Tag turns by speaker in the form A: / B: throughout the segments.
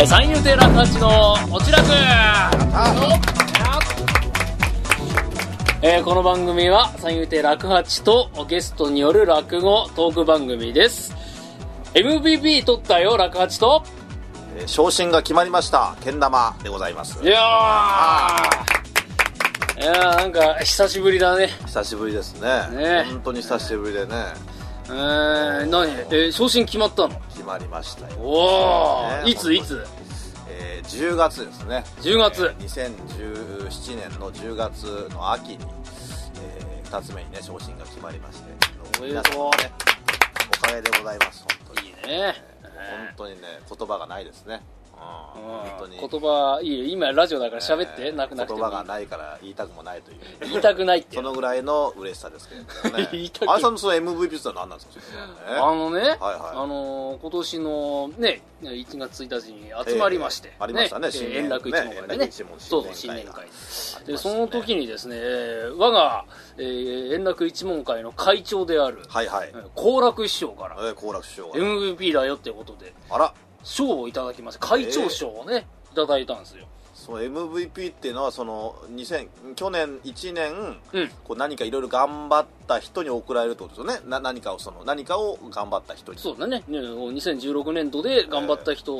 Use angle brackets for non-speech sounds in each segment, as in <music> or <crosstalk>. A: え三遊亭楽八のおちらくえーこの番組は三遊亭楽八とゲストによる落語トーク番組です MVP 取ったよ楽八と
B: えー昇進が決まりましたけん玉でございます
A: いやーいやーなんか久しぶりだね
B: 久しぶりですね
A: ね
B: 本当に久しぶりでね
A: えー、何えー昇進決まったの
B: 決まりましたよ、
A: おお、
B: ね
A: いついつ
B: えー10月ですね
A: 10月
B: えー2017年の10月の秋に、え2つ目にね昇進が決まりまして
A: おめで
B: 皆
A: と
B: さ
A: うん
B: のねおかげでございます本当に
A: いいね
B: 本当にね言葉がないですね、うん、本当に
A: 言葉いいよ今ラジオだから喋って、
B: えー
A: なくなくても
B: 言葉がないから言いたくもないという
A: 言いたくないって
B: そのぐらいの嬉しさですけれどもね
A: <laughs> 言いたくない
B: あやさんのその MVP って何なんですかそれ
A: あ
B: はね
A: のね、
B: はい
A: あのー今年のね1月1日に集まりまして、
B: ええありましたね
A: ええ
B: 新年
A: 円楽一門会でね
B: ね円楽一門
A: そうそう新
B: 新
A: 年
B: 年
A: 会
B: 会
A: でその時にですね、えー我が、えー円楽一門会の会長である
B: はいはい
A: えー好楽師匠から
B: えー好楽師匠が
A: MVP だよってことで
B: あら
A: 賞をいただきまして会長賞をね、いただいたんですよ
B: その MVP っていうのはその2000去年1年
A: うん
B: こう何かいろいろ頑張った人に贈られるってことですよねな何かをその何かを頑張った人に
A: そうだねね2016年度で頑張った人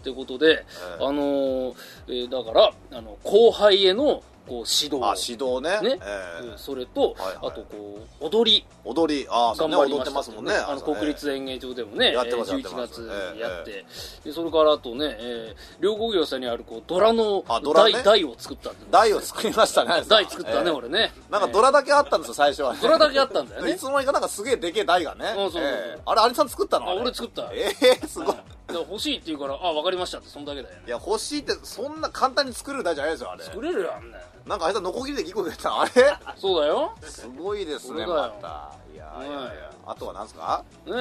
A: ってことで、
B: ええ
A: あのーえーだからあの後輩へのこう指導
B: あ指導ね
A: ね
B: え
A: うん
B: ー
A: それと、
B: はいはい
A: あとこう踊り
B: 踊りああそう
A: 頑
B: ね
A: 張り
B: 踊
A: ま
B: っ
A: してたけど
B: ますもんね
A: あの
B: さんね
A: 国立演芸場でもね
B: やってます
A: えー11
B: やってます
A: 月
B: ええ
A: やって、でそれからあとね、えー、両国業さんにあるこうドラの
B: あドラね
A: 台台を作ったんだよ
B: 台を作りましたね
A: 台作ったね、
B: えー
A: 俺ね
B: なんかドラだけあったんですよ最初はね
A: ドラだけあったんだよね
B: いつの間にかなんかすげえでけえ台がね
A: うんそうそうそう
B: えーあれアリさん作ったの
A: あ
B: れ
A: 俺作った
B: ええすごい
A: うんで欲しいって言うからあ分かりましたってそんだけだよ
B: い
A: ね
B: や欲しいってそんな簡単に作れる台じゃないですよあれ
A: 作れるやんね
B: なんかあいつはノコギリでギコギコやってたのあれ
A: そうだよ
B: すごいですね
A: そうだよ
B: またいやいやいやあとは何すか
A: ね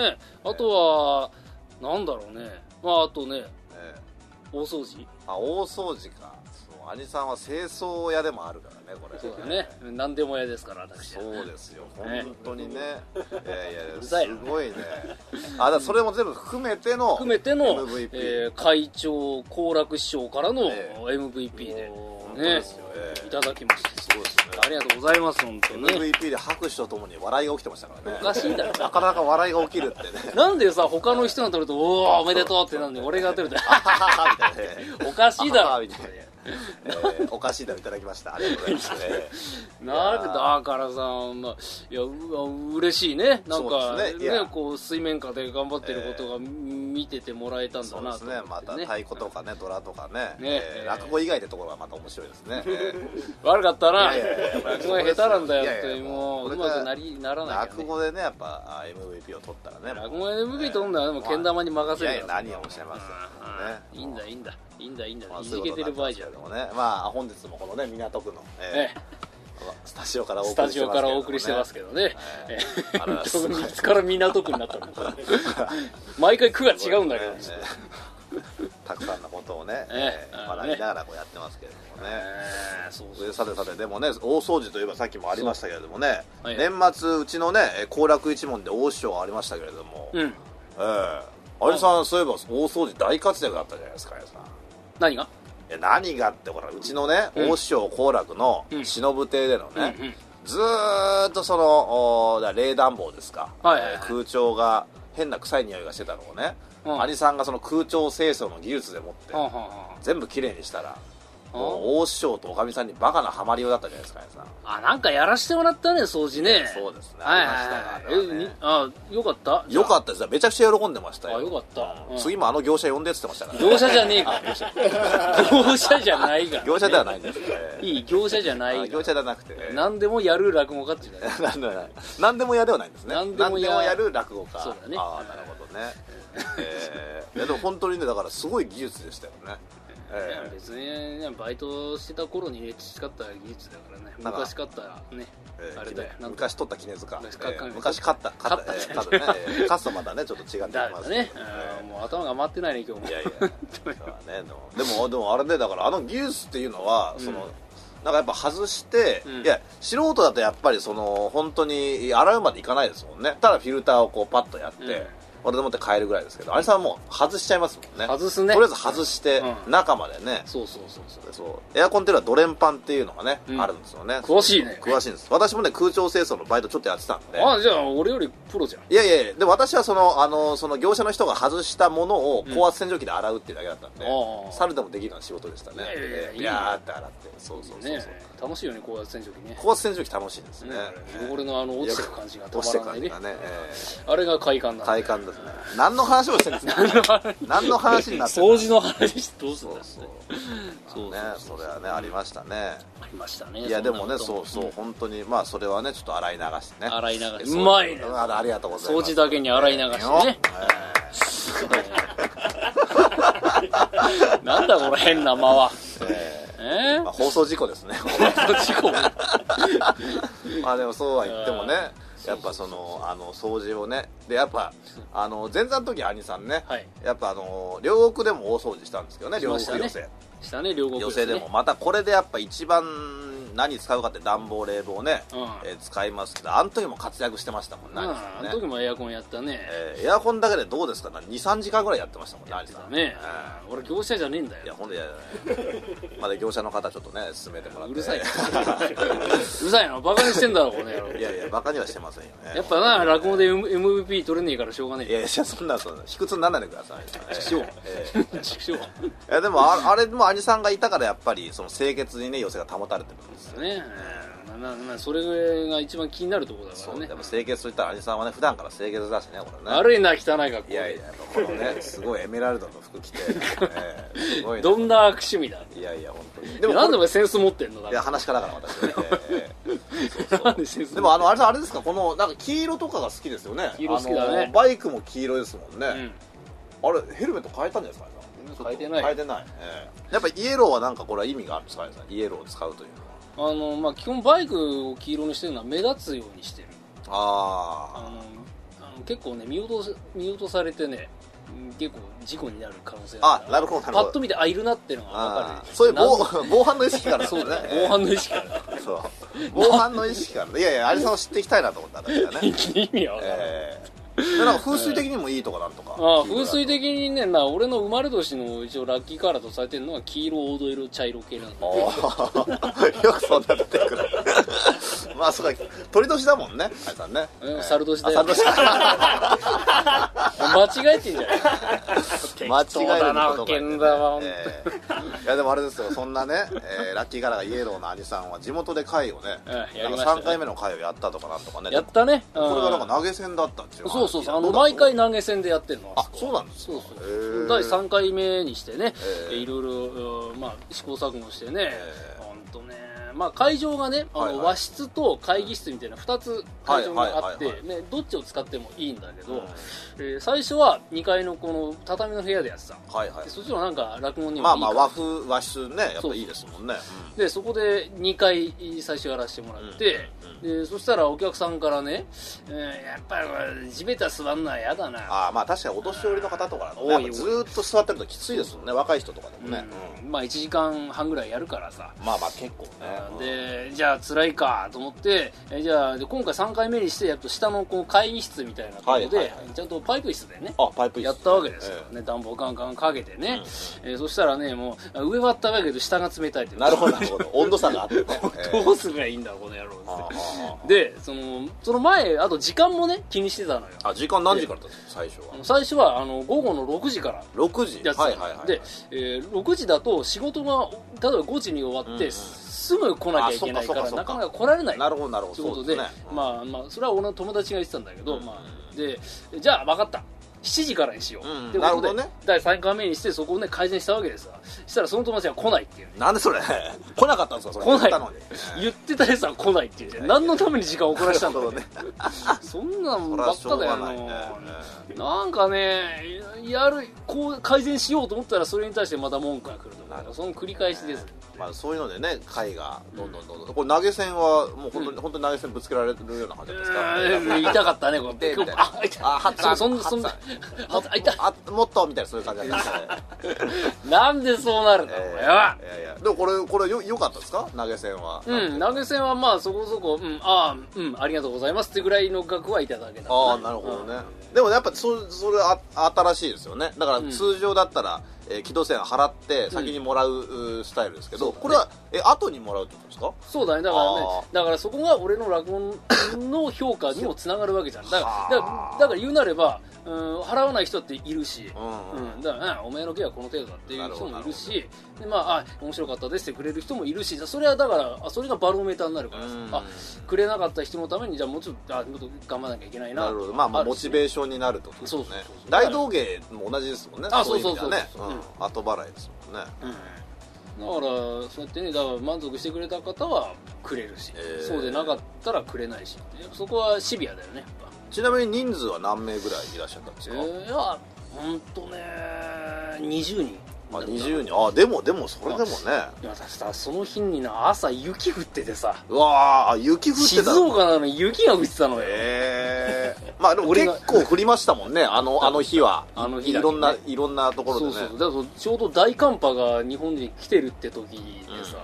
A: あとは、なんだろうねまああとね
B: ええ
A: 大掃除
B: あ大掃除かそう兄さんは清掃屋でもあるからねこれ
A: そうだ
B: <laughs>
A: ね何でも嫌ですから私は
B: そうですよ
A: ね
B: 本当にねいやいや
A: う
B: す
A: ざいよね
B: ごいねあだからそれも全部含めての
A: 含めての、
B: MVP
A: えー会長好楽師匠からの
B: ええ
A: MVP で、
B: 本当
A: ね
B: ですよええ
A: いただきました
B: すごいですね
A: ありがとうございます本当ね
B: MVP で拍手とともに笑いが起きてましたからね
A: おかしいだろ
B: なかなか笑いが起きるってね
A: なんでさ他の人が取ると「おおおめでとう」ってなんで俺が取ると
B: あはははみたいなね
A: 「おかしいだ
B: あはは
A: ろ
B: みたいなねえーおかしいだろいただきましたありがとうございますえ」
A: なるだからさ、まあ、いやうわ嬉しいねなん
B: そ
A: か
B: うで
A: ね
B: すねいや
A: こう水面下で頑張ってることが見ててもらえた
B: ー
A: んだ
B: そうで
A: な
B: す
A: と
B: ね
A: 思
B: ま
A: ったてね
B: 太鼓とかねドラとかね
A: ね
B: え
A: えー
B: ー落語以外ってところがまた面白いですねえー
A: 悪かったない
B: やいやいや
A: お前下手なんだよっ
B: いや
A: て
B: いや
A: も
B: こ
A: うう
B: れ
A: ま
B: が
A: くなりならないから
B: 落
A: ね
B: 語でねやっぱあ MVP を取ったらね
A: 落語 MVP 取るのはでもけん玉に任せる
B: いやい
A: よ
B: や何をおっしゃいます
A: ああ
B: ね
A: いいんだいいんだいいんだいいんだ
B: まあ
A: い
B: そう
A: じ
B: う
A: けて
B: ことに
A: る場
B: なってま
A: 合
B: す
A: じ
B: け
A: ゃ
B: れ
A: ん
B: どもねまあ本日もこのね港区のえ
A: え
B: ー
A: え
B: スタジオからお
A: ス
B: 送
A: タ
B: りし
A: ジ
B: て
A: オ
B: ますけ
A: から
B: れどもね
A: お送りしてますけどねえ
B: ええあららすごい
A: えいつから港区になったの毎回区が違うんだけど
B: ねえーたくさんのことをね、
A: え
B: え
A: え
B: ー学びながらこうやってますけれどもね、
A: えーそうそう
B: でさてさてでもね大掃除といえばさっきもありましたけれどもね、
A: はい
B: 年末うちのねえー行楽一門で大師匠がありましたけれども、え
A: うん
B: え有吉さんそういえば大掃除大活躍だったじゃないですか有吉さん
A: 何が
B: いや何がってほらうちのね、
A: うん
B: 大師匠好楽の
A: うん
B: 忍ぶ亭でのね、
A: うんうん
B: ずーっとそのおだ冷暖房ですか、
A: はいはいはい
B: えー空調が変な臭い匂いがしてたのをね、
A: うん
B: 兄さんがその空調清掃の技術でもって、
A: はんはんはん
B: 全部きれいにしたら、
A: うん
B: もう大師匠とおかみさんにバカなハマりようだったじゃないですか、ね、さん
A: あなんかやらしてもらったね掃除ね
B: そうですね
A: はいはい
B: ありま
A: はい
B: したよ
A: えにあよかった
B: よか
A: っ
B: ったですよめちゃくちゃ喜んでましたよ
A: あよかったうん
B: 次もあの業者呼んでって言ってましたから、
A: 業者じゃねえ
B: <laughs>
A: か業者じゃないが
B: 業者ではないんですけどね
A: いい業者じゃない
B: あ
A: が
B: 業者じゃなくて、ね、
A: 何でもやる落語家っていうね
B: なんでもない何でもやではないんですね
A: 何
B: 何
A: で
B: で
A: も
B: も
A: や
B: やる落語家
A: そうだね
B: ああなるほどね、えーいやでも本当にねだからすごい技術でしたよね、えー
A: 別にねバイトしてた頃にね培った技術だからね
B: なんか
A: 昔買ったね
B: えー
A: あれだよなんか
B: 昔取った絹塚
A: 昔買った
B: えー昔勝った勝った
A: 勝った
B: えー勝ったねえー勝つとまたねちょっと違ってき
A: だ
B: ま
A: か
B: す
A: ら
B: けど
A: ねうんもう頭が回ってないね今日も <laughs>
B: いやいやそうだねでもでもでもあれねだからあの技術っていうのはその、なんかやっぱ外して、
A: うん
B: いや素人だとやっぱりその本当に洗うまでいかないですもんねただフィルターをこうパッとやって、
A: うん
B: 俺でもって変えるぐらいですけど、あれさんはもう外しちゃいますもんね。
A: 外すね
B: とりあえず外して、
A: うん
B: 中までね、
A: そうそうそうそう
B: そう。エアコンっていうのはドレンパンっていうのがね、
A: うん
B: あるんですよね。
A: 詳しいね
B: 詳しいんです。私もね、空調清掃のバイトちょっとやってたんで。
A: あじゃあ俺よりプロじゃん
B: いやいやいや、でも私はその、あの、その業者の人が外したものを高圧洗浄機で洗うっていうだけだったんで、
A: ああ
B: 猿でもできるような仕事でした
A: い
B: ね
A: やいやいや。いいね
B: ビャーって洗って。そうそうそうそう。
A: ね楽しいよね高圧洗浄機ね
B: 高圧洗浄機楽しいんですね。
A: 汚れのあの落ちてく感じがたま
B: 落ちて
A: ら
B: く
A: ない
B: 感じ
A: ね
B: がね。ええ
A: あれが快感なんだ
B: 体感ですね。何の話をしてる
A: <laughs>
B: んですか何の話になってる
A: 掃除の話どうすん
B: そう
A: だ
B: そう。
A: そう
B: ね
A: そう、
B: それはね、ありましたね。
A: ありましたね
B: いや、でもね、そう
A: う
B: そう、本当に、まあ、それはね、ちょっと洗い流してね。
A: 洗い流して
B: そう
A: まいね
B: んあありがとうござい
A: 掃
B: ます。
A: 除だけに洗い流してね。なんだこの変な間は
B: <laughs> ええ
A: え
B: まあ、放送事
A: <laughs>
B: 故ですね。
A: 事故
B: まあでもそうは言ってもねやっぱそのあの掃除をねでやっぱあの前座の時兄さんね、
A: はい
B: やっぱあの両国でも大掃除したんですけどね
A: し
B: 両
A: ました
B: 国
A: ね
B: 寄せ
A: したね両国
B: 寄
A: す
B: せ
A: ね
B: でもまたこれでやっぱ一番何使うかって暖房冷房ね、
A: うん
B: えー使いますけどあの時も活躍してましたもん
A: うん
B: ね,兄さ
A: あ
B: んね、
A: の時もエアコンやったね
B: えーエアコンだけでどうですか23時間ぐらいやってましたもんね兄さ
A: だ
B: ん
A: ね
B: え
A: 俺業者じゃねえんだ
B: ーいや
A: よ
B: ほんといやいやいやまだ業者の方ちょっとね進めてもらって
A: うる
B: <laughs>
A: さいな <laughs> うるさいなバカにしてんだろこの野郎
B: いやいやバカにはしてませんよね
A: やっぱな落語で M- MVP 取れねえからしょうがね
B: い
A: え
B: やいやそんなそんな卑屈にならないでください、
A: 畜生
B: ええ
A: 畜生
B: いやでもああれも兄さんがいたからやっぱりその清潔にね寄せが保たれてるんですよ
A: ねまあななそれが一番気になるところだか
B: そう
A: らね
B: でも清潔といったら兄さんはね普段から清潔だしねこれね
A: 悪いな汚い格好
B: いやいややっぱこのねすごいエメラルドの服
A: <laughs>
B: 着て、ええすごいね
A: どんな悪趣味だ
B: いやいや本当に
A: で
B: で
A: もなんでお
B: こ
A: 前センス持ってんのだ
B: れいや話からだから私、
A: <laughs>
B: ええ
A: なんでセンス持ってん
B: で
A: の
B: もあのあれあれですかこのなんか黄色とかが好きですよね
A: 黄色好きだね
B: あのバイクも黄色ですもんね、
A: うん
B: あれヘルメット変えたんじゃないですか
A: 変えてない
B: 変えてない、ええやっぱイエローはなんかこれは意味があるんですかねイエローを使うというのは
A: あのまあ基本バイクを黄色にしてるのは目立つようにしてるあ
B: あ
A: のあの結構ね見落とす見落とされてねうん結構事故になる可能性が
B: あなるほどなるほ
A: パ
B: ど
A: ッと見てあいるなってのが分
B: あ
A: かる
B: そういう
A: なん
B: 防防犯の意識からです
A: そ
B: ね
A: うだね <laughs> 防犯の意識から
B: <laughs> ええそう防犯の意識からねいやいやあれさんを知っていきたいなと思ったんだ
A: <laughs>
B: からね
A: 意味は分からん
B: ええでなんか風水的にもいいとかなんとか
A: ああ風水的にねな俺の生まれ年の一応ラッキーカラーとされてるのは黄色黄土色茶色系なん
B: あ
A: だ
B: ー <laughs> よくそんな出てくるまあそうか鳥年だもんねあれさんね
A: うん猿年だよ
B: あ猿年
A: 間違えてんじゃ
B: <laughs>
A: ない
B: 間違えることが
A: 適当だな
B: ね
A: 健太は
B: ええいやでもあれですよそんなね、ええラッキーカラーがイエローの兄さんは地元で会をね、
A: うんや
B: な
A: りま
B: んか
A: したね
B: 3回目の会をやったとかなんとかね
A: やったね
B: これがなん
A: う
B: か投げ銭だったっていうん話
A: そうそうそうあ
B: ど
A: の
B: だ
A: 毎回投げ銭でやってるの
B: あそうなんですか
A: そうそう
B: へー
A: 第3回目にしてね、
B: えー
A: いろいろ、うんまあ、試行錯誤してね、
B: えー
A: ほんとね、まあ、会場がねあの、
B: はいはい
A: 和室と会議室みたいな2つ会場があって、
B: はいはい
A: ね、どっちを使ってもいいんだけど、
B: うん
A: えー最初は2階のこの畳の部屋でやってた、
B: はいは
A: で
B: い
A: そっちの方がなんか落語にも
B: ま
A: い
B: あ
A: い
B: ま
A: か
B: あ
A: ら
B: 和風和室ねやっぱいいですもんね
A: でそこで2回最初やらせてもらって、でそしたらお客さんからね、うん、やっぱりこれ地べた座んのは嫌だな
B: ああまあ確かにお年寄りの方とかだとね
A: 多い
B: やっぱずーっと座ってるときついですもんね若い人とかでもね、
A: うんまあ1時間半ぐらいやるからさ、
B: うんまあまあ結構ね
A: でじゃあ辛いかと思ってえじゃあで今回3回目にしてやっと下のこう会議室みたいなところで、
B: はいはいはい
A: ちゃんとパイプ椅子でね
B: あパイプ椅子
A: やったわけですよ、ね
B: え
A: 暖房ガンガンかけてね、えーそしたらねもう上はあったかいけど下が冷たいって
B: えなるほどなるほど温度差が
A: <laughs>
B: あってね
A: どうすりゃいいんだこの野郎
B: あ
A: っ
B: あ
A: てでそのその前あと時間もね気にしてたのよ
B: あ時間何時からだったんですか最初は
A: あの最初はあの午後の6時から
B: 6時
A: やってたの
B: はいはいはい
A: で、えー6時だと仕事が例えば5時に終わって、
B: うんうん
A: すぐ来なきゃいけないから
B: あそっかそっかそっか
A: なかなか来られない
B: なるほどなるほ
A: とい
B: ど
A: うことで
B: そうすね
A: まあまあそれは俺の友達が言ってたんだけど、
B: うん
A: まあ、でじゃあ分かった7時からにしよう、
B: うん
A: ってこ
B: なる
A: と
B: ほ
A: で
B: どね
A: 第3回目にしてそこをね改善したわけですわしたらその友達が来ないっていうね
B: うんなんでそれ <laughs> 来なかったんですかそれ
A: 来ない
B: 言ったのに
A: <laughs> 言ってたやつは来ないっていうね何のために時間を遅らしたんだ
B: な
A: ろ
B: るほどね
A: そんなん
B: それ
A: ば
B: は
A: っ
B: しょ
A: か
B: う
A: だよ
B: が
A: な
B: ないね
A: なんかねやるこう改善しようと思ったらそれに対してまた文句が来ると
B: な
A: か
B: るほど
A: その繰り返しです、
B: まあ、そういうのでね回がどんどんどんどんこれ投げ銭はもう本当に、本当に投げ銭ぶつけられるような感じですか、
A: 痛かったね、こ
B: 痛い
A: れ。今日
B: みたいな
A: あ、痛い。
B: あはっさん
A: そん、そん、
B: は
A: あ
B: っさ、
A: あ痛い。
B: あもっとみたいなそういう感じだった
A: <laughs>
B: んですね
A: なんでそうなるんだ、お
B: え
A: 前は
B: ー。いやいやでもこれこれよ良かったですか投げ銭は
A: うん、投げ銭はまあそこそこ、うん、ああ、うん、ありがとうございますってぐらいの額はいただけた。
B: ああなるほどね、でもやっぱそそれあ新しいですよねだから
A: ん
B: 通常だったら、えー、軌道線払って先にもらううースタイルですけど、これはえ後にもらうってことですか
A: そうだね、だからね
B: ああ、
A: だからそこが俺の落語の評価にもつながるわけじゃん。だから、だからだから言うなれば、うん、払わない人っているし、
B: うんうん
A: うん、だから、うんお前の芸はこの程度だっていう人もいるし、でまあ、あ、面白かったですってくれる人もいるし、それはだから、あそれがバロメーターになるからさ
B: うん
A: あ、くれなかった人のために、じゃあもうちょっと、あ、もっと頑張らなきゃいけないな。
B: なるほどまあまあ
A: るし
B: モチベーションになるってことですね
A: そうそうそう
B: 大道芸も同じですもんね
A: あ
B: い意味ではね
A: そうそうそう
B: うん後払いですもんね
A: うんだからそうやってねだから満足してくれた方はくれるし、
B: えー
A: そうでなかったらくれないしやっぱそこはシビアだよねやっぱ
B: ちなみに人数は何名ぐらいいらっしゃったんですか、
A: いや本当ね20人
B: まあ、20人あでもでもそれでもね
A: いや私さその日にな朝雪降っててさ
B: うわあ雪降って
A: 静
B: た
A: 岡なのに雪が降ってたのよ、
B: ええまあでも
A: 俺
B: 結
A: が
B: 構降りましたもんね
A: <laughs>
B: あのあの日は
A: あの日だ
B: い
A: けね
B: ろんないろんなところで
A: そ
B: ね
A: うそうそうだからそうちょうど大寒波が日本に来てるって時でさ、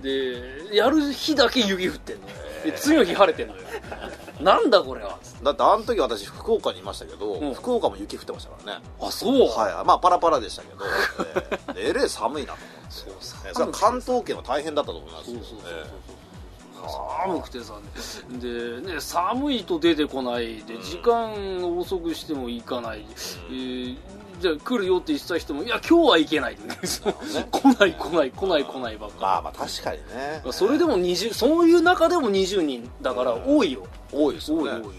A: でやる日だけ雪降ってんのよで次の日晴れてんの
B: <laughs>
A: よなんだこれは
B: だってあの時私福岡にいましたけど、
A: うん
B: 福岡も雪降ってましたからね
A: あそう
B: はいまあパラパラでした
A: <laughs>
B: けど、ええで LA 寒いなと思って
A: そうさ
B: ええそれは関東圏は大変だったと思います
A: そ
B: け
A: う
B: ど
A: そう
B: ね
A: そうそう
B: え
A: そう寒くてさでね寒いと出てこないで時間を遅くしても行かない、えーじゃあ来るよって言ってた人もいや今日は行けない、 <laughs> 来ない来ない来ない来ないばっか
B: え
A: り、
B: まあまあ確かにね
A: それでも20そういう中でも20人だから多いよ、
B: 多いですよ
A: 多い多い
B: ね
A: よ、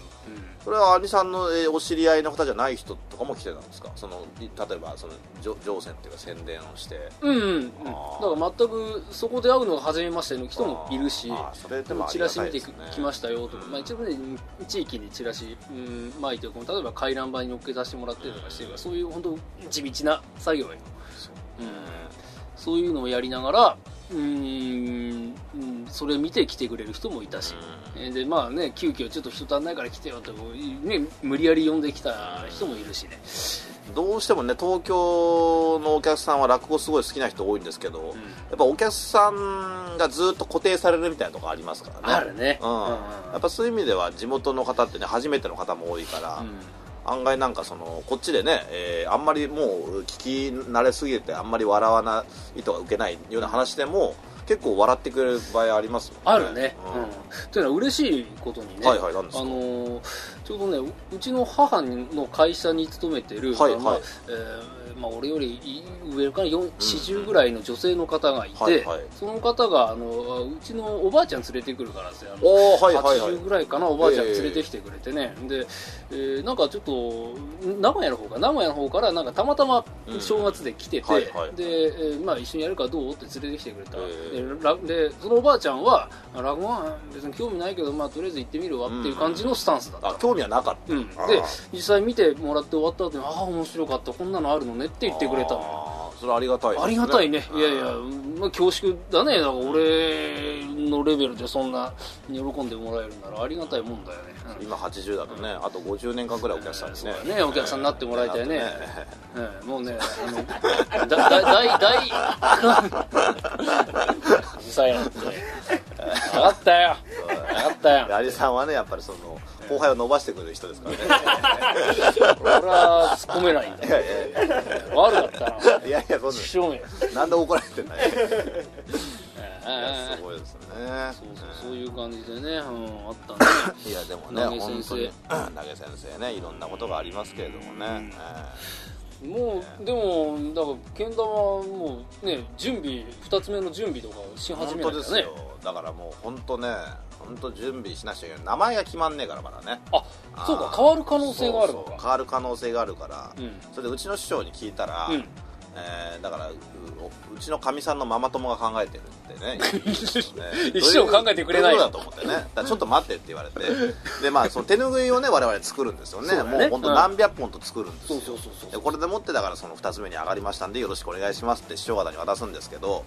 B: それは兄さんの、えーお知り合いの方じゃない人とかも来てたんですかそのい例えばその上上船っていうか宣伝をして
A: うん、うんうんうんだ
B: あ
A: か
B: ー
A: ら全くそこで会うのが初めましての人もいるし
B: あーそれでもあ
A: チ
B: り
A: ラ
B: が
A: シ
B: た
A: 見
B: いで
A: て
B: すね
A: きましたよとか、
B: うん
A: まあ、一部ね地域にチラシ、うん、まいてこの例えば回覧板に乗っけさせてもらってとかしてるから、
B: うん
A: そういう本当地道な作業よ、、
B: そううん
A: そういうのをやりながらうんうんそれ見て来てくれる人もいたし、えーでまあね急遽ちょっと人足んないから来てよって、ね、無理やり呼んできた人もいるしね、
B: どうしてもね東京のお客さんは落語すごい好きな人多いんですけど、やっぱお客さんがずっと固定されるみたいなとこありますからね
A: あるね
B: うんやっぱそういう意味では地元の方ってね初めての方も多いから、
A: うん
B: 案外なんかそのこっちでね、えーあんまりもう聞き慣れすぎてあんまり笑わないとか受けないような話でも結構笑ってくれる場合ありますもんね
A: あるね、
B: うん
A: うんというのは嬉しいことにね、
B: はいはい何です
A: あ
B: か
A: のーちょうどねううちの母の会社に勤めてる、
B: はい
A: まあ
B: はい
A: えーまあ、俺よりい上かな4 40ぐらいの女性の方がいて、
B: はいはい
A: その方があのうちのおばあちゃん連れてくるからですねあの
B: おーはいはいはい
A: 80ぐらいかなおばあちゃん連れてきてくれてね、で、えーなんかちょっと名古屋の方か名古屋の方からなんかたまたま正月で来てて、
B: うんはいはい
A: で、えーまあ、一緒にやるからどうって連れてきてくれた、
B: へ
A: でらでそのおばあちゃんは落語は別に興味ないけど、まあ、とりあえず行ってみるわっていう感じのスタンスだった、
B: あ興味はなかっ
A: うん、
B: あ
A: で
B: ー
A: 実際見てもらって終わった後にああ面白かったこんなのあるのねって
B: た
A: 言ってくれたのよ
B: あーそれありがたいです、
A: ありがたいね、
B: うん
A: いやいや、まあ、恐縮だねだから俺のレベルでそんな喜んでもらえるならありがたいもんだよね、うん
B: 今80だとね、あと50年間ぐらいお客さんですね
A: えーそうだねお客さんになってもらいたいね
B: なって
A: うんもうねあのだだだだい <laughs> うるさいなって分かったよ分かったよ
B: ラリさんは <laughs> ねやっぱりその後輩を伸ばしてくれる人ですからね
A: <laughs> 俺は突っ込めないんだよ悪かったない
B: やいやそん
A: 師匠め
B: ななんで怒られてない
A: <laughs>
B: いや
A: え
B: す
A: ー
B: ごいですね
A: そうそうそういう感じでね、うん、あったね
B: いやでもね
A: 投げ
B: 本
A: 先
B: 当
A: 生
B: に投げ先生ねいろんなことがありますけれどもね、え
A: もうでもだからけん玉はもうね準備2つ目の準備とかをし
B: え
A: 始
B: 本
A: めないか
B: 当で
A: ら
B: す
A: ね
B: よだからもう本当ね本当準備しなくちゃいけない名前が決まんねえからまだね
A: あそうか
B: あー
A: 変わる可能性があるの
B: そうそう
A: か
B: 変わる可能性があるから、
A: うん
B: それでうちの師匠に聞いたら、
A: うん
B: えーだからうのうちのかみさんのママ友が考えてるっ
A: <laughs>
B: てね
A: 一生考えてくれない
B: どういうことだと思ってねだからちょっと待ってって言わ
A: <laughs>
B: れてでまあその手拭いをね我々作るんですよね
A: そうだね
B: もう本当何百本と作るんですよ、
A: そうそうそうそう
B: でこれでもってだからその2つ目に上がりましたんでよろしくお願いしますって師匠方に渡すんですけど、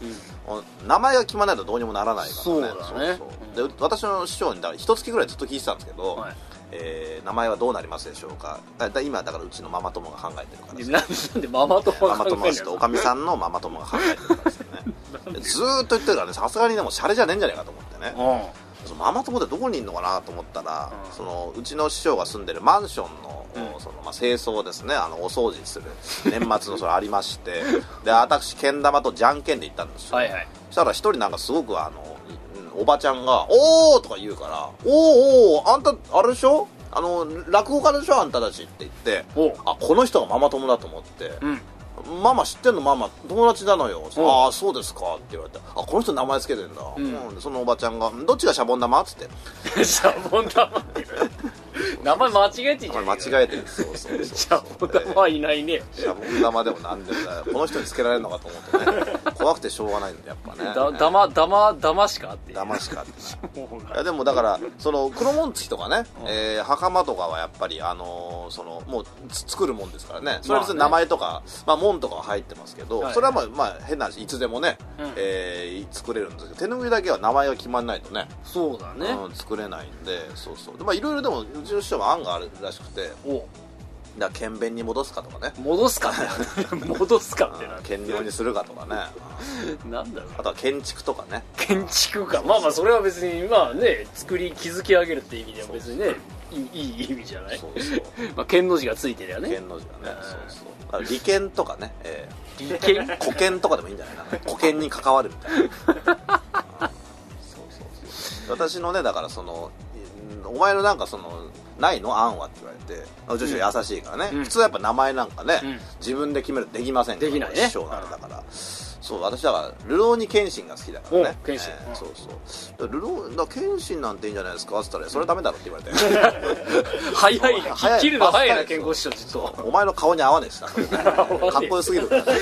B: 名前が決まらないとどうにもならないからね
A: そうだね
B: で私の師匠にだから1月ぐらいずっと聞いてたんですけど、
A: はい
B: えー名前はどうなりますでしょうかだだ今だからうちのママ友が考えてるから
A: でなんなんでママ友
B: マ
A: が
B: マ
A: 考
B: 友
A: え
B: が
A: てる
B: ちょっと
A: の
B: おかみさんのママ友が考えてるから
A: <laughs>
B: ですよねずーっと言ってるからねさすがにでもシャレじゃねえんじゃないかと思ってねそのママ友ってどこにいるのかなと思ったら、
A: うん
B: そのうちの師匠が住んでるマンションの,、
A: うん
B: そのまあ、清掃ですねあのお掃除する年末のそれありまして
A: <laughs>
B: で私けん玉とじゃんけんで行ったんです
A: うん
B: よ、
A: はいはい
B: したら一人なんかすごくあの、うんおばちゃんが「おー!」とか言うから「おーおーあんたあれでしょあの落語家でしょあんたたち」って言って
A: お
B: 「あこの人がママ友だ」と思って
A: うん <laughs>
B: ママ知ってんのママ友達なのよ、
A: うん
B: ああそうですかって言われてあこの人名前つけてんだ、
A: うん
B: うんそのおばちゃんがどっちがシャボン玉っつって
A: シャボン玉っていう名前間違えてんじ
B: こ
A: ゃ
B: れ
A: ね
B: 間
A: え
B: 違えてるそうそうそう
A: シャボン玉はいないね
B: シャボン玉でも何でもないこの人につけられるのかと思ってね怖くてしょうがないんだやっぱね
A: だだまだまだましかあって
B: だましかってない
A: もう
B: いやでもだからその黒紋付きとかね、
A: うん
B: えー袴とかはやっぱりあのーそのもうつ作るもんですからねそれは別に
A: まあね
B: 名前とか、まあ門とかは入ってますけど、
A: はい
B: それはまあ、まあ、変な話いつでもね、
A: うん
B: えー作れるんですけど手ぬぐいだけは名前が決まんないとね
A: そうだね
B: うん、作れないんでそうそうでまあいろいろでもうちの師匠は案があるらしくてだか
A: お
B: ら剣弁に戻すかとかね
A: 戻すかって
B: <laughs>
A: な戻すかって
B: うん
A: な
B: 剣領にするかとかね
A: なんだろう
B: あとは建築とかね
A: 建築かまあまあそれは別にまあね作り築き上げるって意味では別にねいいいい意味じゃない
B: そう
A: <laughs>
B: そう
A: まあ剣の字がついてりゃね
B: 剣の字がね
A: うん
B: そうそうだから利権とかね、えー
A: 利権
B: 保険とかでもいいんじゃないか
A: <laughs>
B: な保険に関わるみたいなうんそうそうそう私のねだからそのうんお前のなんかそのないの案はって言われてあ女子は優しいからね、
A: うん
B: 普通はやっぱ名前なんかね、
A: うん
B: 自分で決めるできませんから
A: できないね
B: 師匠のあれだから、そう私だからルローニ謙信が好きだからね
A: お謙信
B: えー
A: うん
B: そうそうルローだ謙信なんていいんじゃないですかっつったらそれダメだろって言われて <laughs>
A: 早いな
B: 早い
A: 切るの早い
B: あ早
A: ない健康師匠ずっと
B: お前の顔に合わねえしな <laughs> か
A: わねえ
B: っこよす <laughs> ぎるからま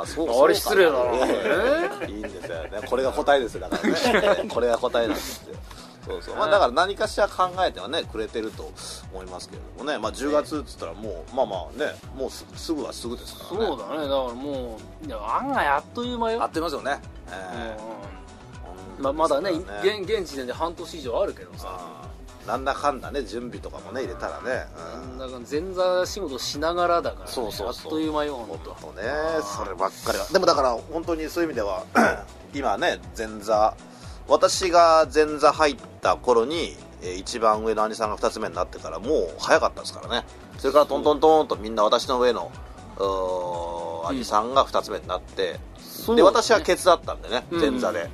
B: あそうそうかな
A: あれ失礼だない
B: いんですよねこれが答えですよだからねこれが答えなんですよそうそうまあだから何かしら考えてはねくれてると思いますけれどもねまあ10月っつったらもうまあまあねもうすすぐはすぐですか
A: そ
B: ら
A: う
B: ね
A: だねだからもういや案外あっという間
B: あ
A: よ
B: っという間ですよね、え
A: う
B: え
A: んまあまだね
B: 本当ですから
A: 現現時点で半年以上あるけどさ
B: うんなんだかんだね準備とかもね入れたらね、うん
A: なんか前座仕事しながらだからね
B: そうそうそう
A: あっという間よほんと
B: 本当ねそればっかりはでもだから本当にそういう意味では <clears throat> 今ね前座私が前座入った頃にえー一番上の兄さんが2つ目になってからもう早かったですからねそれからトントントンとみんな私の上のうー兄さんが2つ目になって、
A: そう
B: で
A: だね
B: 私はケツだったんでね
A: うん
B: 前座で、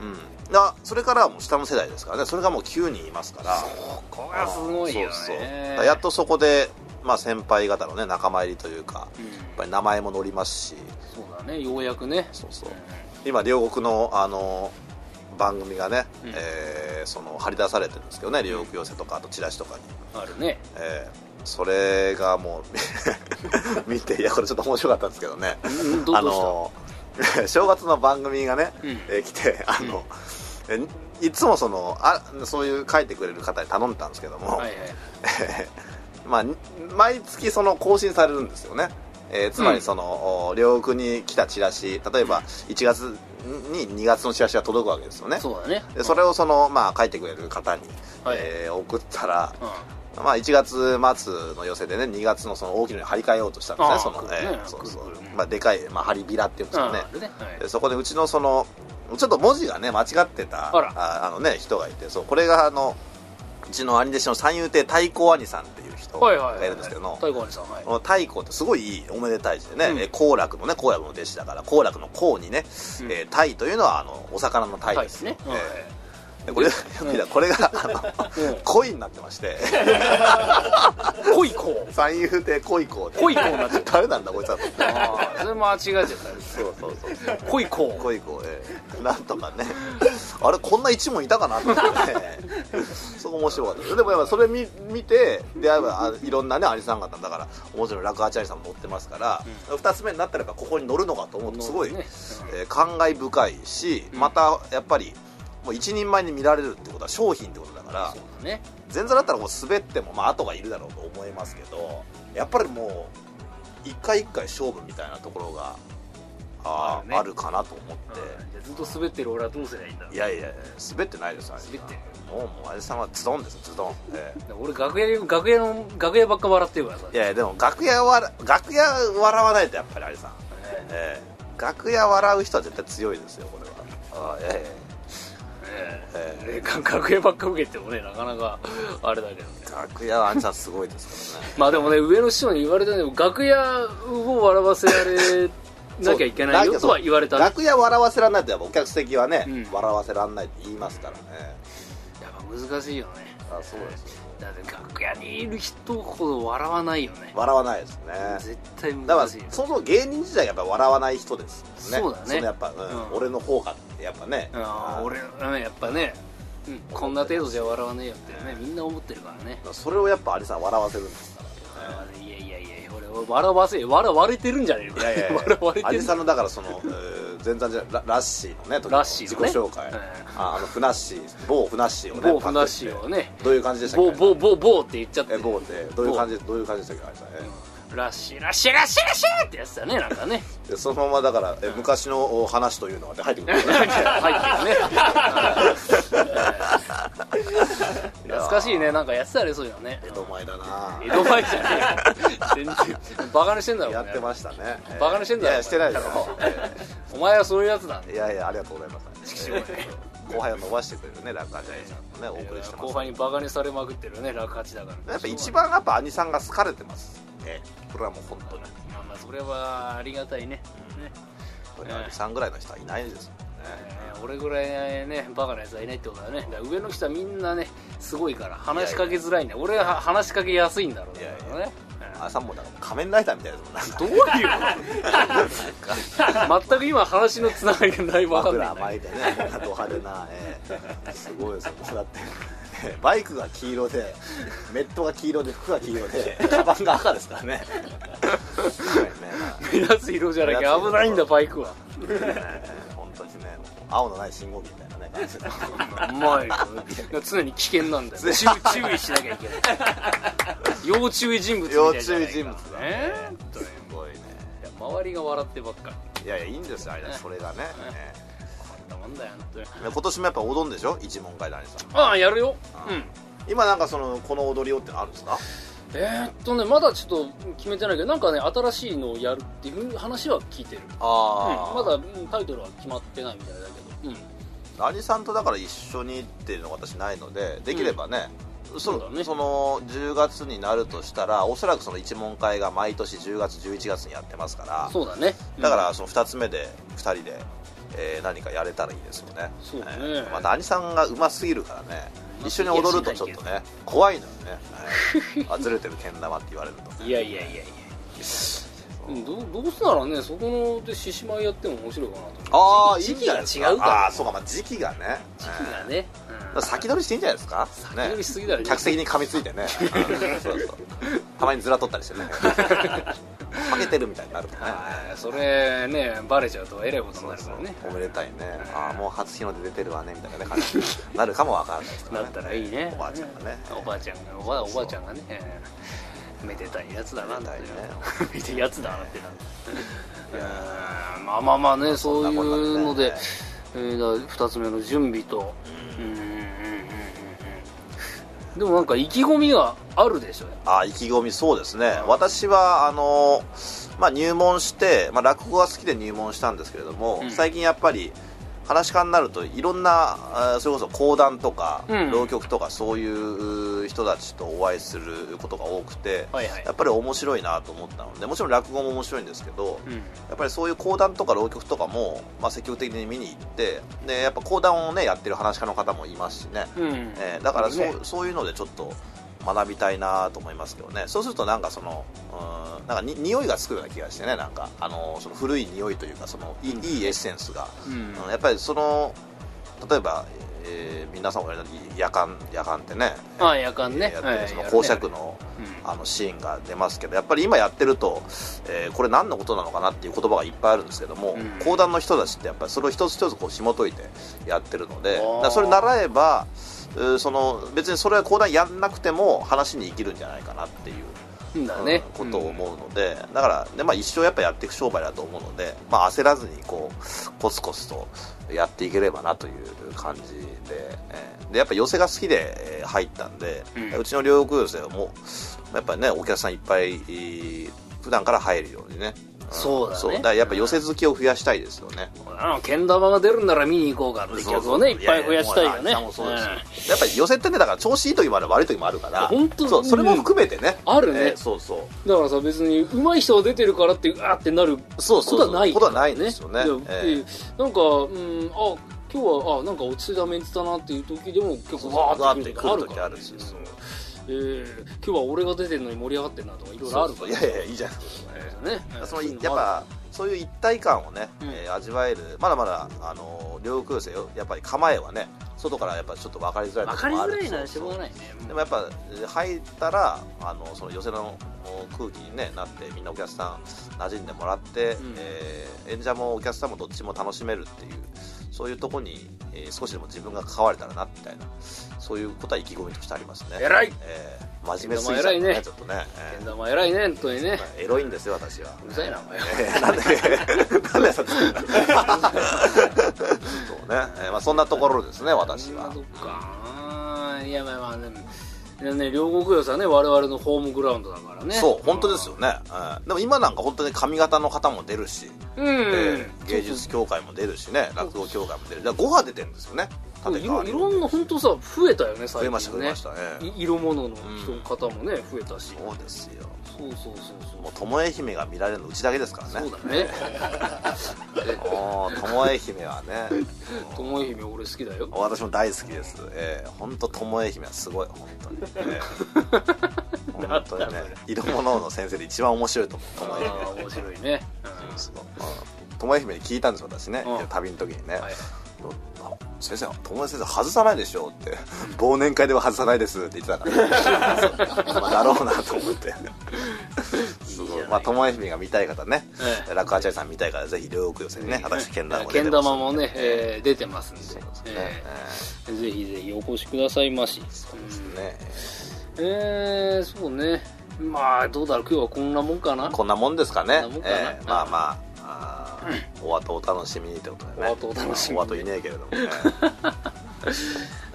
B: うんだそれからはもう下の世代ですからねそれがもう9人いますから
A: ここがすごいよね
B: そうそうだからやっとそこで、まあ、先輩方のね仲間入りというか、
A: うん
B: やっぱり名前も載りますし
A: そうだねようやくね
B: そうそう
A: う
B: 今両国のあの番組がね、
A: うん
B: えーその張り出されてるんですけどね両国寄せとかあとチラシとかに、
A: んあるね
B: えーそれがもう <laughs> 見ていやこれちょっと面白かったんですけどね
A: うんどう
B: あの正月の <laughs> 番組がね、
A: うん
B: えー来てあの、えいつもそのあそういう書いてくれる方に頼んでたんですけども、
A: はいはい
B: まあ、に毎月その更新されるんですよね、えーつま
A: うん
B: りその、お両国に来たチラシ例えば1月に2月のチラシが届くわけですよね
A: そうだね
B: でそれをその、まあ、書いてくれる方に、
A: はい
B: えー送ったら、
A: うん
B: まあ、1月末の寄せでね2月のその大きいのに張り替えようとしたんです
A: あ
B: ね
A: あ
B: その、
A: そうね
B: えーそうそう
A: くるくる
B: まあ、でかい、まあ、張りビラっていうんですかね
A: あるねはい
B: でそこでうちのそのちょっと文字がね間違ってた
A: あら
B: ああのね人がいてそうこれがあのうちの兄弟子の三遊亭太鼓兄さんっていう人
A: はいはい
B: がいるんですけども
A: 太鼓兄さんはい
B: この太鼓ってすごいいいおめでたい字でね、
A: うん
B: えー幸楽のね幸楽の弟子だから幸楽の幸にね、
A: うん
B: えー鯛というのはあのお魚の鯛
A: はいで
B: で
A: すす
B: よ
A: ねはい
B: えこれ
A: ん
B: これがあの
A: うん
B: 恋になってま
A: <laughs>
B: して
A: 濃い子
B: 三遊亭恋子で
A: 濃い子になっちゃっ
B: 誰なんだこいつはと
A: たそれ間違えちゃっ
B: そうそうそう
A: た濃い子
B: 恋子ええなんとかねあれこんな一問いたかなって思ってねそこ面白かったですでもやっぱそれ見見てでやっぱあいろんなねアニさん方だから面白い楽八チャリさんも乗ってますから、二2つ目になったらやっぱここに乗るのかと思うとすごい、
A: ね
B: えー感慨深いしまたやっぱりもう一人前に見られるってことは商品ってことだから
A: そうだね
B: 前座だったらもう滑ってもまあ後がいるだろうと思いますけどやっぱりもう一回一回勝負みたいなところがあー
A: あ
B: あ
A: る
B: る,、
A: ね
B: かなと思って、
A: うんじゃあずっと滑ってる俺はどうすりゃいいんだ
B: いやいやいや滑ってないです
A: 滑ってる
B: もうもうあれさんはズドンですズドン、え
A: 俺楽屋で楽屋の楽屋ばっか笑ってるからさ
B: えいやいやでも楽屋わら楽屋笑わないとやっぱりあれさん、
A: ね
B: ええ楽屋笑う人は絶対強いですよこれはああいやいやいや
A: ええ
B: え
A: 楽屋ばっか <laughs> 受けてもねなかなかあれだけどね
B: 楽屋はあんさんすごいですからね
A: まあでもね上の師匠に言われたのでも楽屋を笑わせられなきゃいけないよとは言われたやっ
B: 楽屋笑わせらんないとやっぱお客席はね、
A: うん
B: 笑わせらんないって言いますからね
A: ぱ難しいよね
B: あそうですよ
A: だって楽屋にいる人ほど笑わないよね
B: 笑わないですね
A: 絶対
B: だか
A: 難
B: ら
A: し
B: そ
A: いよ
B: もそも芸人時代やっぱ笑わない人ですもん
A: そうだね
B: そのやっぱ、うん
A: うん
B: 俺の方がってやっぱね
A: ああ俺うんやっぱねうんこんな程度じゃ笑わねえよってねみんな思ってるからね
B: それをやっぱあれさん笑わせるんですか
A: いやいやいや俺は笑わせ笑われてるんじゃねえの
B: らいやいやい
A: <laughs> 笑われ
B: や
A: て
B: 有
A: る
B: 吉さんのだからそのえー前座じゃないララッシーのね時の
A: ラッシー
B: 自己
A: のね
B: 紹介、
A: うん
B: ああのフナッシー某フナッシーをね
A: 某ふなっしーをね
B: パクってどういう感じでしたっ
A: ボ
B: け
A: ーボーボーボーって言っちゃって
B: え某ってどういう感じでどういう感じでしたっけあれさん、え
A: ラッシーラッシーラッシーラッシーってやつだねなんかね
B: でそのままだから、え昔のお話というのが、ね、入ってくるんですね
A: 入ってるね懐かしいねなんかやってたねそういうのね
B: 江戸前だな
A: 江戸前じゃねえよ全然バカにしてんだろ
B: やって
A: す
B: ましたね
A: バカにしてんだろ
B: いやいやしてないです
A: お前お前はそういうやつだ
B: いやいやありがとうご
A: <laughs>
B: ざいます後輩を伸ばしてくれるねラッカージャイさんのねお送りしてます
A: 後輩にバカにされまくってるね楽八だから
B: やっぱ一番やっぱ兄さんが好かれてますねこれはもう本当に
A: まあまあそれはありがたいねね
B: これ兄さんぐらいの人はいないですもんね
A: えー俺ぐらいねバカなやつはいないってことだねだから上の人はみんなねすごいから話しかけづらいんだよ俺は話しかけやすいんだろうね
B: いやいや
A: だからね
B: あさんもだから仮面ライダーみたいですもんなんか
A: どう <laughs> いうこと全く今話のつながりがないわかん
B: 枕
A: ないんだ
B: 巻
A: け
B: いてねド派手な、ええすごいですよだってええバイクが黄色でメットが黄色で服が黄色でカバンが赤ですからね
A: <laughs> ど目立つ色じゃなきゃ危ないんだバイクは
B: 本当にね青のない信号機みたいなね感じで
A: うまいよ常に危険なんだよ <laughs> 注意注意しなきゃいけない要注意人物みた
B: 要
A: いじゃな
B: 注
A: い
B: 意
A: か
B: 人物だね
A: ねえ
B: すごいね
A: いや周りが笑ってばっかり
B: いやいやいいんですよあれだそれがねえ
A: こんなもんだよ本当に
B: え今年もやっぱ踊んでしょ一問会談さん
A: ああやるよ
B: あ
A: うん
B: 今なんかそのこの踊りをってのあるんですか
A: えーっとねまだちょっと決めてないけどなんかね新しいのをやるっていう話は聞いてる、
B: あ
A: うんまだうんタイトルは決まってないみたいだけど、うん、
B: 兄さんとだから一緒にっていうのが私ないのでできればね、
A: そうだね
B: その10月になるとしたらおそらくその一問会が毎年10月11月にやってますから
A: そうだね
B: だからその2つ目で2人で、えー何かやれたらいいですよね
A: そうね
B: えーまた兄さんがうますぎるからね
A: 上手
B: 一
A: す
B: 緒
A: ぎ
B: に
A: やし
B: 踊るとちょっとね怖いのよね、えーあずれてるけん玉って言われると
A: <laughs> うんいやいやいやいやうんどうどうせならねそこので獅子舞やっても面白いかなと思って
B: ああいい
A: 時
B: ん
A: 期
B: じゃ
A: が
B: ない
A: 違
B: で
A: う
B: すかあ
A: か
B: あーそうか、まあ、時期がね
A: ら時期がね、
B: え
A: う
B: ー
A: ん
B: 先取りしていいんじゃないですか先
A: 先取りしすぎだろ
B: 客席に噛みつ
A: <laughs>
B: いてねそうそうたまにずら取ったりしてねハゲてるみたいになるとね
A: あーそれねバレちゃうとえらいことに
B: そ
A: な
B: う
A: る
B: そ
A: か
B: う
A: らね
B: おめでたいねああもう初日の出出てるわねみたいなね感じになるかもわからないですから
A: な
B: ね
A: ったらいいね
B: おばあちゃんがね
A: おばあちゃんがおばおばあちゃんがねえーめでたいやつだなって
B: めでたいね
A: <laughs> めでたいやつだなってなうーんまあまあまあねそういうので、えー、2つ目の準備とうーんうんうんうんうんでもなんか意気込みがあるでしょ
B: ああ意気込みそうですね私はあのまあ入門して、まあ、落語が好きで入門したんですけれども、
A: うん
B: 最近やっぱり話し家になるといろんなあーそれこそ講談とか、
A: うん
B: 浪曲とかそういう人たちとお会いすることが多くて、
A: はいはい
B: やっぱり面白いなと思ったのでもちろん落語も面白いんですけど、
A: うん
B: やっぱりそういう講談とか浪曲とかも、まあ、積極的に見に行ってでやっぱ講談をねやってる話し家の方もいますしね、
A: うん
B: えーだからそう,、
A: ね
B: そういうのでちょっと学びたいなと思いますけどねそうするとなんかそのうんなんかに匂いがつくような気がしてねなんかあのその古い匂いというかそのいい,、いいエッセンスが、
A: うん
B: うんやっぱりその例えば、えー皆さんおやりに夜間夜間ってね
A: ああ夜間ね
B: やってるその
A: はい
B: 講釈の
A: うん
B: あのシーンが出ますけどやっぱり今やってると、えーこれ何のことなのかなっていう言葉がいっぱいあるんですけども、
A: うん
B: 講談の人たちってやっぱりそれを一つ一つこう紐解いてやってるので
A: あー
B: だからそれ習えばうーその別にそれは講談やんなくても話に生きるんじゃないかなっていう、
A: うんだね
B: うんことを思うので、だからで、まあ、一生やっぱやっていく商売だと思うので、まあ、焦らずにこうコツコツとやっていければなという感じで,、えーでやっぱ寄席が好きでえー入ったんで、
A: う
B: うんちの両国寄席もやっぱりねお客さんいっぱいえー普段から入るようにね、ん
A: そうだね
B: だからやっぱ寄席好きを増やしたいですよね、
A: あのけん玉が出るなら見に行こうかって客をねいっぱい増やしたいよね
B: やもうそうですよ
A: うん
B: やっぱり寄せってねだから調子いい時もあれば悪い時もあるから
A: 本当
B: そうそれも含めてね、
A: うんあるね
B: えーそうそう
A: だからさ別に上手い人が出てるからってあーってなる
B: そ
A: こ
B: うそう
A: と
B: そう
A: はない
B: ことはないんですよね
A: いや
B: え
A: で
B: え
A: なんかうんあ今日はあなんか落ち着いたメンツだなっていう時でも結
B: そ
A: 構
B: うそう
A: わーって
B: わーって来る
A: 時
B: 時あるしそう
A: えー今日は俺が出てるのに盛り上がってんなとかいろいろあるから
B: いやいやいいじゃない
A: ね
B: その
A: うい
B: や
A: う
B: っ
A: のもあ
B: ぱそういう一体感をね、
A: うん
B: えー味わえるまだまだあの両空性やっぱり構えはね外からやっぱちょっと分かりづらい
A: るわ
B: と
A: か
B: こ
A: り
B: もあ
A: づ
B: る
A: らいならし
B: そ
A: ょう
B: う
A: が
B: そう
A: ないね
B: でもやっぱ入ったらあのその寄せのお空気に、ね、なってみんなお客さん馴染んでもらって、
A: ん
B: えー演者もお客さんもどっちも楽しめるっていうそういうとこに、えー少しでも自分が関われたらなみたいなそういうことは意気込みとしてありますね
A: 偉い
B: えー真面目すぎちゃった
A: でも偉いね
B: ねちょっとね、え
A: けん
B: ー
A: 玉偉いね本当にね
B: エロいんですよ私は
A: うるさいなお前
B: えーなんでなんでそ <laughs> っち <laughs> そうね、えーまあ、そんなところですね私は
A: そっかいやまあまあでもでもね両国予さね我々のホームグラウンドだからね
B: そう本当ですよね、うんでも今なんか本当に髪型の方も出るし、
A: うん、
B: えー芸術協会も出るしね落語協会も出るだから5派出てるんですよね
A: そういろ
B: 川に
A: いろんな本当さ増えたよね最近ね
B: 増えました増えましたね
A: い色物の人方もね増えたし、
B: そうですよ
A: そうそうそう
B: もう巴姫が見られるのうちだけですからね
A: そうそうだね
B: もう巴姫はね <laughs>
A: ともえ姫俺好きだよ
B: 私も大好きです、ええ、本当巴姫はすごい本当に、え
A: <laughs>
B: え本当にね色物の先生で一番面白いと思う巴姫
A: あー面白いね、
B: <laughs> すごいうん巴姫に聞いたんです私ね、
A: うん
B: 旅の時にね、
A: うんはい
B: 先生友達先生外さないでしょって <laughs> 忘年会では外さないですって言ってたから <laughs> まあだろうなと思ってすごいまあ友恵姫が見たい方ね
A: ええ
B: 楽八チさん見たい方ぜひ両国予選ね私けん玉も
A: け
B: 出
A: ん
B: てます
A: 玉もね、えー出てますんで
B: そうですね
A: えーぜひぜひお越しくださいまし
B: そうですね
A: えー、そうねまあどうだろう今日はこんなもんかな
B: こんなもんですかね
A: こんなもんかな
B: ええまあまああーお後お楽しみにってことでね
A: お後お楽しみに
B: お後いねえけれどもね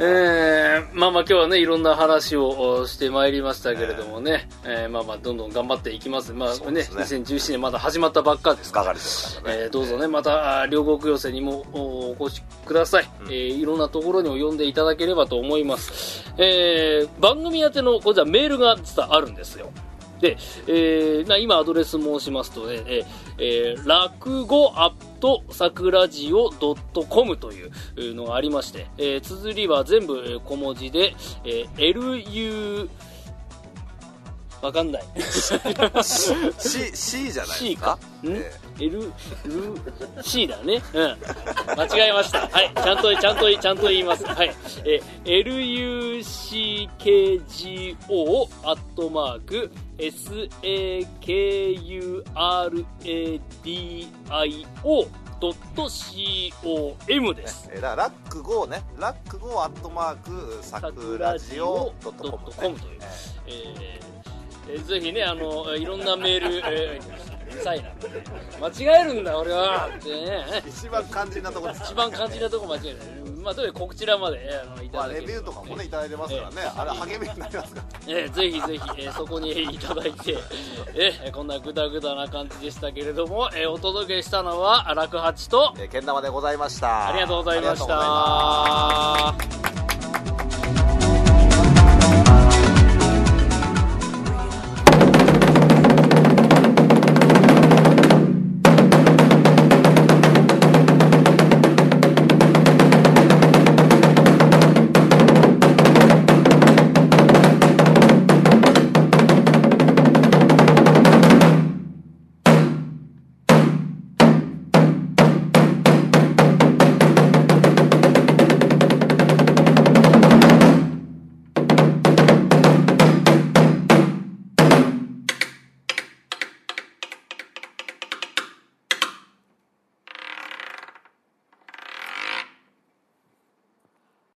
A: えー、まあまあ今日はねいろんな話をおしてまいりましたけれどもね、えーまあまあどんどん頑張っていきますまあ
B: そう
A: ね
B: ですね
A: 2017年まだ始まったばっかですか
B: ば
A: ら
B: かりですからね
A: えーどうぞねまたあー両国要請にもおお越しください、えーいろんなところにも呼んでいただければと思います、えー番組宛てのこちらメールが実はあるんですよで、えーな今アドレス申しますとね、えーえー落語アット桜ジオ .com というえーのがありまして、えー綴りは全部えー小文字で、えー LU わかんない
B: C, C じゃないで
A: C
B: すか
A: か、ん
B: ええ
A: L、L、C だね。うん。間違えました。はい。ちゃんと、ちゃんと、ちゃんと言います。はい。え、luckgo アットマーク sakuradio.com です。
B: えーだからラック5ねラック5アットマークさくラジオドットコム
A: .com という。えーえーぜひね、あの、いろんなメール、えー臭いな間違えるんだ俺はってね
B: 一番肝心なところです
A: 一
B: から
A: 番
B: ね
A: 肝心なとこ間違えないまあとにかくこちらまで、えーあのい
B: ま
A: た
B: あ
A: だけ
B: レ
A: る
B: ビューとかもねいただいてますからね、あれ励みになりますから
A: えーぜひぜひ、えーそこにいただいて、えーこんなグダグダな感じでしたけれども、えーお届けしたのは楽八と
B: えーけん玉でございました
A: ありがとうございま
B: ありがと
A: し
B: うございます
A: た。